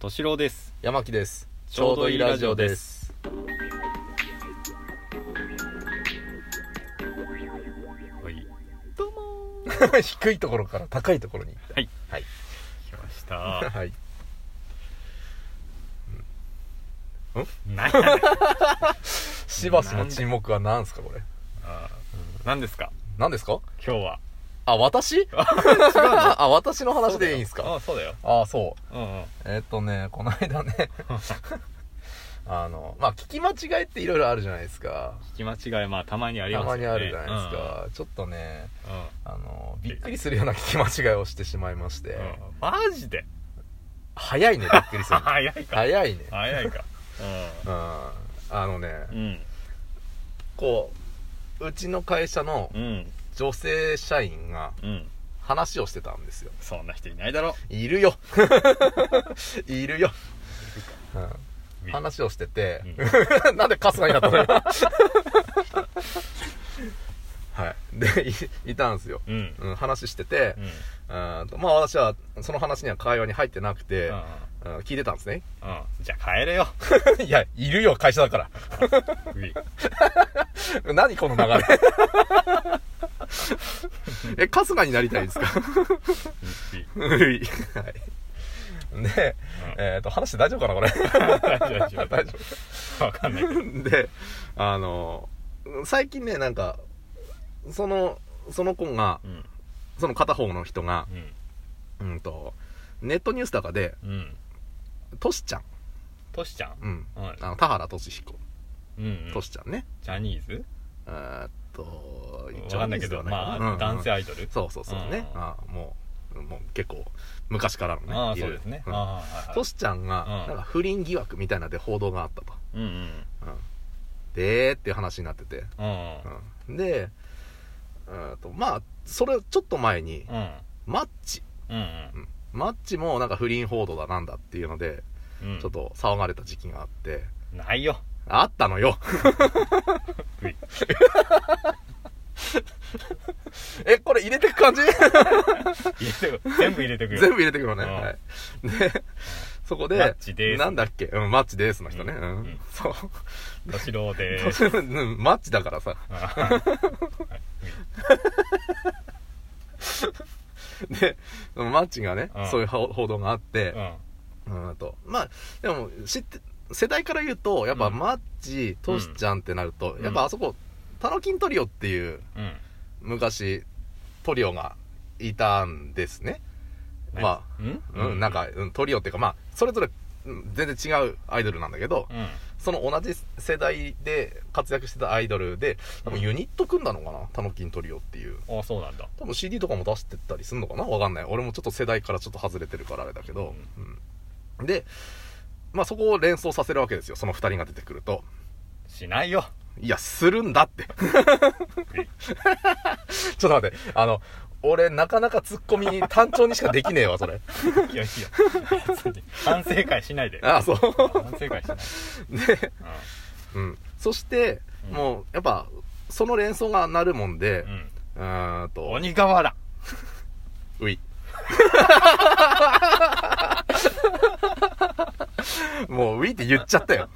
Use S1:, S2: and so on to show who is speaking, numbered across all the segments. S1: 敏郎です
S2: 山木です
S1: ちょうどいいラジオですはいどうもー
S2: 低いところから高いところに行った
S1: はい
S2: はい
S1: 来まし
S2: は
S1: た
S2: い
S1: 何やねん
S2: しばしの沈黙は何ですかこれ
S1: あー何ですか
S2: 何ですか
S1: 今日は
S2: あ私あ私の話でいいんですか
S1: あそうだよ
S2: ああそう
S1: うんうん
S2: えーっとねこの間ねあのまあ聞き間違いっていろいろあるじゃないですか
S1: 聞き間違いまあたまにあり
S2: た
S1: ますよ
S2: ま
S1: ね
S2: にあるじゃないですかちょっとね
S1: うんうん
S2: あのびっくりするような聞き間違いをしてしまいまして
S1: うんマジで
S2: 早いねびっくり するの
S1: 早いか
S2: 早いね
S1: 早いか
S2: うんあのね
S1: うんうん
S2: こううちの会社の
S1: うん
S2: 女性社員が
S1: うん
S2: 話をしてたんですよ
S1: そんな人いないだろ
S2: いる よいるよ、うん、話をしてて、 なんで春日になったのよはいでいいたんですよ、
S1: うんうん
S2: うん、話してて
S1: う、ん
S2: うんとまあ私はその話には会話に入ってなくて、
S1: うん
S2: うん聞いてたんですね
S1: うんじゃあ帰れよ
S2: いやいるよ会社だから
S1: ウィ
S2: 何この流 れえ春日になりたいですか
S1: ウ ィ
S2: はいで、えっ、と話して大丈夫かなこれ
S1: 大丈夫大
S2: 大丈
S1: 丈夫わかんないけど
S2: 夫であの最近ねなんかそのその子が
S1: うん
S2: その片方の人が
S1: うん
S2: うんとネットニュースとかで
S1: うん
S2: トシちゃん、
S1: トシちゃん
S2: うん、
S1: はい
S2: あの田原俊彦
S1: うんうん
S2: トシちゃんね
S1: ジャニーズ
S2: えーっと
S1: わかんないけどまあ男性
S2: ア
S1: アイドル
S2: そうそうそうね、
S1: うん
S2: あもうもう結構昔からのね
S1: ああ
S2: い
S1: そ
S2: る
S1: うですね
S2: ん
S1: ああはいは
S2: ト
S1: い
S2: シちゃんが
S1: うん
S2: なんか不倫疑惑みたいなので報道があったと、
S1: うんうん
S2: うん、でーっていう話になってて、
S1: うん
S2: うん、で、うん、とまあそれをちょっと前に
S1: うん
S2: マッチ、
S1: うん
S2: うんマッチもなんか不倫報道だなんだっていうので
S1: うん
S2: ちょっと騒がれた時期があって
S1: ないよ
S2: あったのよ
S1: うい
S2: えこれ入れてく感じ
S1: 入れてく全部入れてくよ
S2: 全部入れてくのね、
S1: うん
S2: はい、でそこで
S1: マッチです
S2: なんだっけ、うん、マッチですの人ね、
S1: う
S2: うんん
S1: うん
S2: そう、
S1: 敏郎でーす
S2: うんマッチだからさでマッチがね、
S1: うん
S2: そういう報報道があって、
S1: うん
S2: うんとまあでも知って世代から言うとやっぱ
S1: うん
S2: マッチ、トシちゃんってなると、
S1: うん
S2: やっぱあそこタノキントリオっていう
S1: うん
S2: 昔トリオがいたんですねまあ
S1: あ
S2: うん、なんか、うん、トリオっていうかまあそれぞれうん全然違うアイドルなんだけど、
S1: うん
S2: その同じ世代で活躍してたアイドルで多分ユニット組んだのかなタノキントリオっていう
S1: あそうなんだ
S2: 多分 CD とかも出してったりすんのかなわかんない俺もちょっと世代からちょっと外れてるからあれだけど、うんで、まあ、そこを連想させるわけですよその2人が出てくると
S1: しないよ
S2: いやするんだって ちょっと待ってあの俺なかなかツッコミ単調にしかできねえわそ れ
S1: いやいや別に反省会しないで
S2: ああそう
S1: 反省会しない
S2: で、うん、そして、
S1: うん
S2: もうやっぱその連想がなるもん
S1: う
S2: で
S1: ん、うん
S2: うーんと
S1: 鬼瓦
S2: う いもうういって言っちゃったよ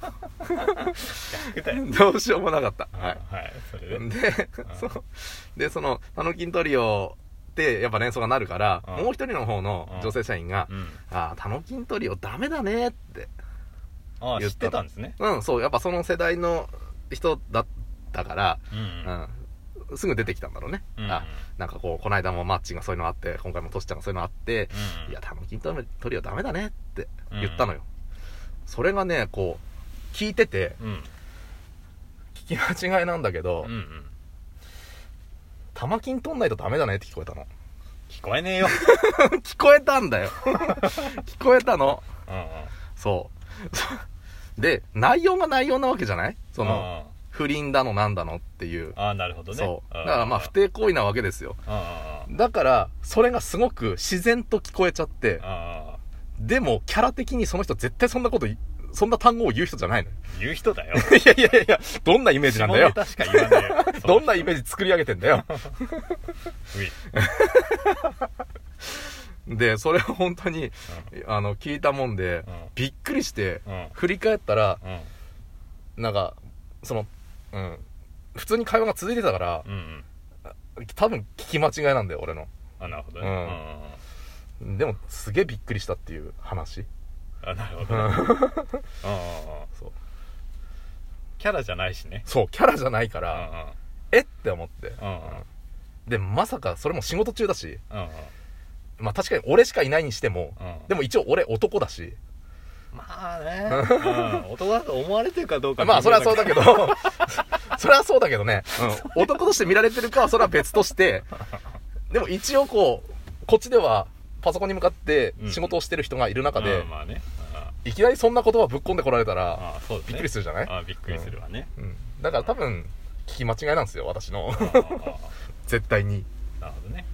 S1: 逆だよ
S2: どうしようもなかった。
S1: は
S2: はいい。
S1: それでうん
S2: で、 そう。で、その、タノキントリオって、やっぱ連想がなるから、
S1: うん
S2: もう一人の方の女性社員が、ああ、タノキントリオダメだねって。
S1: ああ知
S2: 言
S1: っ
S2: ってた
S1: たんですね
S2: うん、そう、やっぱその世代の人だったから、
S1: うんうん
S2: うん。すぐ出てきたんだろうね。
S1: うん
S2: あなんかこう、この間もマッチンがそういうのあって、今回もトシちゃんがそういうのあって、
S1: うん
S2: いや、タノキントリオダメだねって言ったのよ。それがね、こう、聞いてて、
S1: うん
S2: 聞き間違いなんだけど、
S1: うんうん
S2: 玉金取んないとダメだねって聞こえたの。
S1: 聞こえねえよ
S2: 聞こえたんだよ。 聞こえたの。
S1: うんうん
S2: そうそう。 で、内容が内容なわけじゃないその、
S1: あ
S2: 不倫だのなんだのっていう。
S1: あああなるほどね
S2: そう。
S1: ん
S2: だからまあ、不定行為なわけですよ。
S1: うんうんうん
S2: だから、それがすごく自然と聞こえちゃって、
S1: ああ
S2: でも、キャラ的にその人絶対そんなことい、そんな単語を言う人じゃないのよ。
S1: 言う人だよ
S2: いやいやいやいや、どんなイメージなんだよ。
S1: 確か言わねえよ
S2: どんなイ
S1: ージ
S2: メージ作り上げてんだよ。で、それを本当に、あの、聞いたもんで、
S1: うん
S2: びっくりして、
S1: うんうん
S2: 振り返ったら、
S1: うん
S2: なんか、その、うん、普通に会話が続いてたから、
S1: うんうん
S2: 多分聞き間違いなんだよ、俺の。
S1: あなるほど
S2: う
S1: ね
S2: ん
S1: うんうんうん
S2: でも、すげえびっくりしたっていう話。
S1: あなるほどねうんうんうん
S2: そう
S1: キャラじゃないしね
S2: そう、キャラじゃないか
S1: う
S2: ら、
S1: ん
S2: えって思って。
S1: うんうんうん
S2: で、まさか、それも仕事中だし、
S1: うんうん
S2: まあ確かに俺しかいないにしても、
S1: うん
S2: でも一応俺男だし、
S1: まあね、 うん、男だと思われてるかどうか
S2: まあそれはそうだ
S1: け
S2: けど、それはそうだけど ね、うん男として見られてるかはそれは別として、でも一応こう、こっちではパソコンに向かって仕事をしてる人がいる中で、
S1: まあね、あ
S2: いきなりそんな言葉ぶっ込んでこられたら、
S1: ああそうだね
S2: びっくりするじゃない
S1: ああびっくりするわね、
S2: うんだから多分、聞き間違いなんですよ、私 の。
S1: ああああ
S2: 絶対に。
S1: なるほどね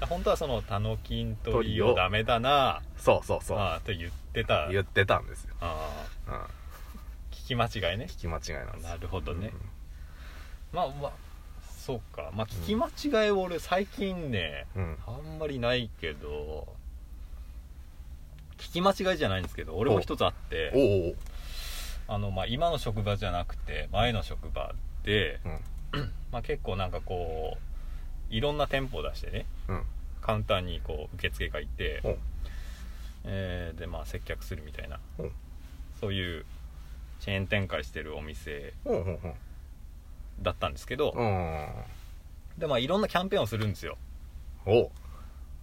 S1: 本当はその「タノキントリオダメだな
S2: そうそう」そう。
S1: ああと言ってた
S2: 言ってたんですよ。
S1: ああ
S2: うん
S1: 聞き間違いね
S2: 聞き間違いなんですよ
S1: なるほどね、まあまあそうかまあ聞き間違いは俺最近ね、
S2: うんうん。
S1: あんまりないけど聞き間違いじゃないんですけど俺も一つあって
S2: おうおう
S1: あの、まあ、今の職場じゃなくて前の職場で、
S2: うん
S1: まあ、結構なんかこういろんな店舗出してね
S2: おう。うん。
S1: カウンターにこう受付がいて、
S2: おう
S1: えーでまあ接客するみたいな
S2: うん
S1: そういうチェーン展開してるお店
S2: おうおうおう
S1: だったんですけど、
S2: うん。
S1: でまあいろんなキャンペーンをするんですよ
S2: おう。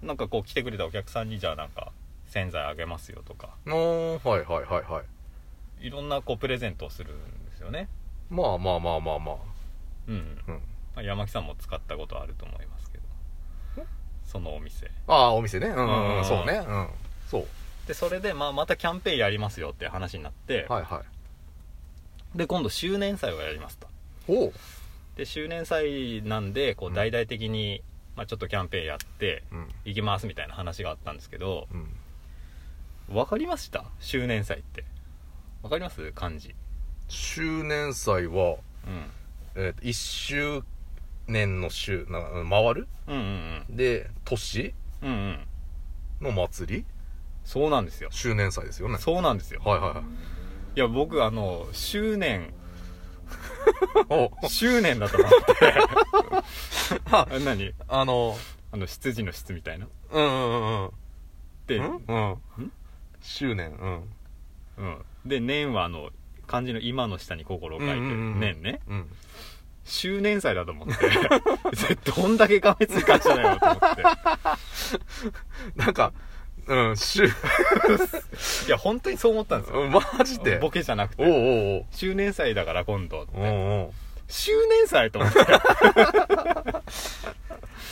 S1: なんかこう来てくれたお客さんにじゃあなんか洗剤あげますよとか
S2: のはいはいはいはい。
S1: いろんなこうプレゼントをするんですよね
S2: まあまあまあまあまあ。
S1: うんうん、
S2: うん。
S1: まあ山木さんも使ったことあると思いますけど
S2: え
S1: そのお店
S2: ああ、お店ね。うんうんう。
S1: うんん
S2: そうね。うん。そう。
S1: でそれで、まあ、またキャンペーンやりますよって話になって、
S2: はいはい。
S1: で今度周年祭をやりますと
S2: おう。
S1: で周年祭なんでこ
S2: う
S1: うん大々的に、まあ、ちょっとキャンペーンやって
S2: うん。
S1: 行きますみたいな話があったんですけど
S2: うん。
S1: 分かりました周年祭って分かります漢字
S2: 周年祭は、
S1: う
S2: えっ、と、一周年の週、な回る
S1: ん、うんうん
S2: で、年
S1: うんうんうん
S2: の祭り
S1: そうなんですよ
S2: 周年祭ですよね。
S1: そうなんですよ
S2: はいはいはい
S1: や僕あの執念
S2: い。おう
S1: 執念だと思ってあ 何
S2: あの、
S1: あの執事の執みたいな
S2: うんうんうんうん。
S1: で、
S2: うんうん。周年。うん。
S1: うん、で年はあの漢字の今の下に心を書いてる、
S2: うんうんうん
S1: 年ね
S2: うん。
S1: 周年祭だと思って どんだけ画面通過したのよと思って
S2: なんか、うん、周、
S1: いや本当にそう思ったんですよ
S2: マジで。
S1: ボケじゃなく
S2: おうお
S1: て
S2: う
S1: 周年祭だから今度
S2: おう。おうおう。
S1: 周年祭と思って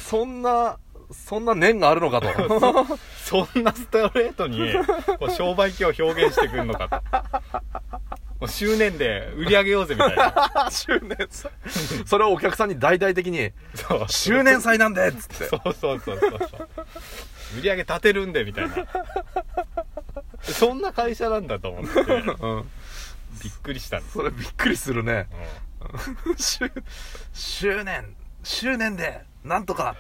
S2: そんな、そんな念があるのかと。
S1: そんなストレートにこう商売機を表現してくるのかともう周年で売り上げようぜみたいな
S2: 周年 祭。それをお客さんに大々的に、
S1: そう
S2: 周年祭なんでっつって。
S1: そうそうそうそうそう売り上げ立てるんでみたいなそんな会社なんだと思って
S2: うん。
S1: びっくりしたんです、
S2: それびっくりする ね。
S1: うん
S2: 周、周年、周年で、なんとか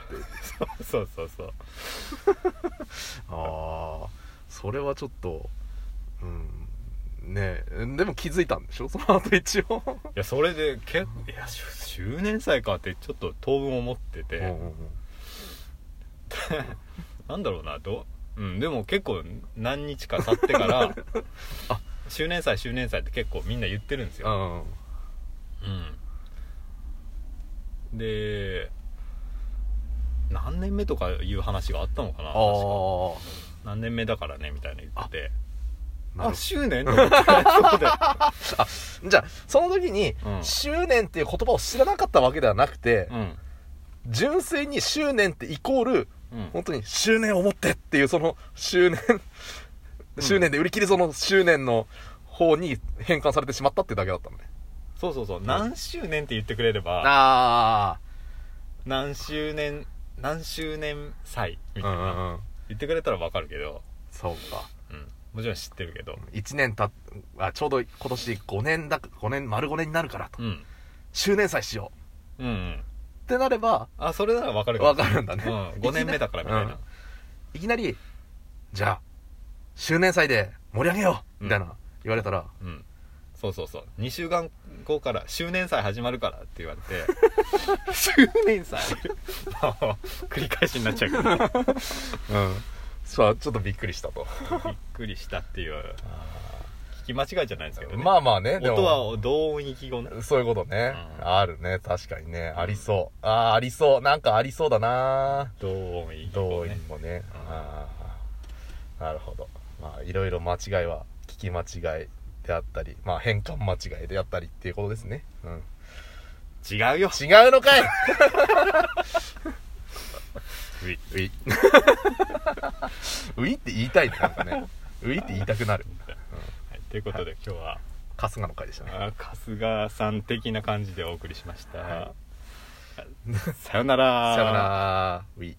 S2: って。
S1: そうそうそう
S2: ああ、それはちょっと、うん。ねえ、でも気づいたんでしょ その後一応。
S1: いやそれで結構いや周周年祭かってちょっと当分思ってて、
S2: うんうん
S1: なんだろうなどう、うん、でも結構何日か経ってから
S2: あ
S1: 周年祭周年祭って結構みんな言ってるんです
S2: う
S1: よ、
S2: ん。うん
S1: うん、で何年目とかいう話があったのかな
S2: ああ。
S1: 確か何年目だからねみたいな言っててあ
S2: なるほど
S1: 周 年と思ってそうだよ
S2: じゃあ、その時に、
S1: うん
S2: 執念っていう言葉を知らなかったわけではなくて、
S1: うん
S2: 純粋に執念ってイコール、
S1: うん
S2: 本当に執念を持ってっていう、その執 念、
S1: ん
S2: 執念で売り切りその執念の方に変換されてしまったってだけだったのね。
S1: そうそうそう何周年って言ってくれれば
S2: あ
S1: 何周年何周年祭み
S2: う
S1: たい
S2: んう
S1: な、
S2: んうん。
S1: 言ってくれたらわかるけど、
S2: そうか。
S1: うん、もちろん知ってるけど
S2: 1年たっあ、ちょうど今年5年だ、5年、丸5年になるからと
S1: う。ん
S2: 周年祭しよう。
S1: うんうん
S2: ってなれば、
S1: あそれならわかる
S2: わ
S1: か
S2: かるんだね。
S1: うん、5年目だからみたいな、
S2: いきなり、じゃあ、周年祭で盛り上げよう
S1: うん
S2: みたいな、言われたら、
S1: うんそうそうそう2週間後から周年祭始まるからって言われて 周年祭まあ 繰り返しになっちゃうけど ね、
S2: うん。そうちょっとびっくりしたと。
S1: びっくりしたっていう聞き間違いじゃないですけどね
S2: まあまあね、で
S1: 音
S2: も。
S1: は同音異義語ね
S2: そういうことね、
S1: うん
S2: あるね。確かにね。ありそう。ああ、ありそう。なんかありそうだな
S1: 同音異義
S2: 動
S1: 語
S2: 員
S1: ね
S2: もね、ああなるほどまあいろいろ間違いは聞き間違いであったりまあ変換間違いであったりっていうことですね、うん、
S1: 違うよ
S2: 違うのかいう
S1: いう
S2: い ういって言いたいねなんかねういって言いたくなる
S1: はいということで今日は
S2: 春日の回でしたね
S1: あ春日さん的な感じでお送りしました、
S2: は
S1: さよなら
S2: さよならうい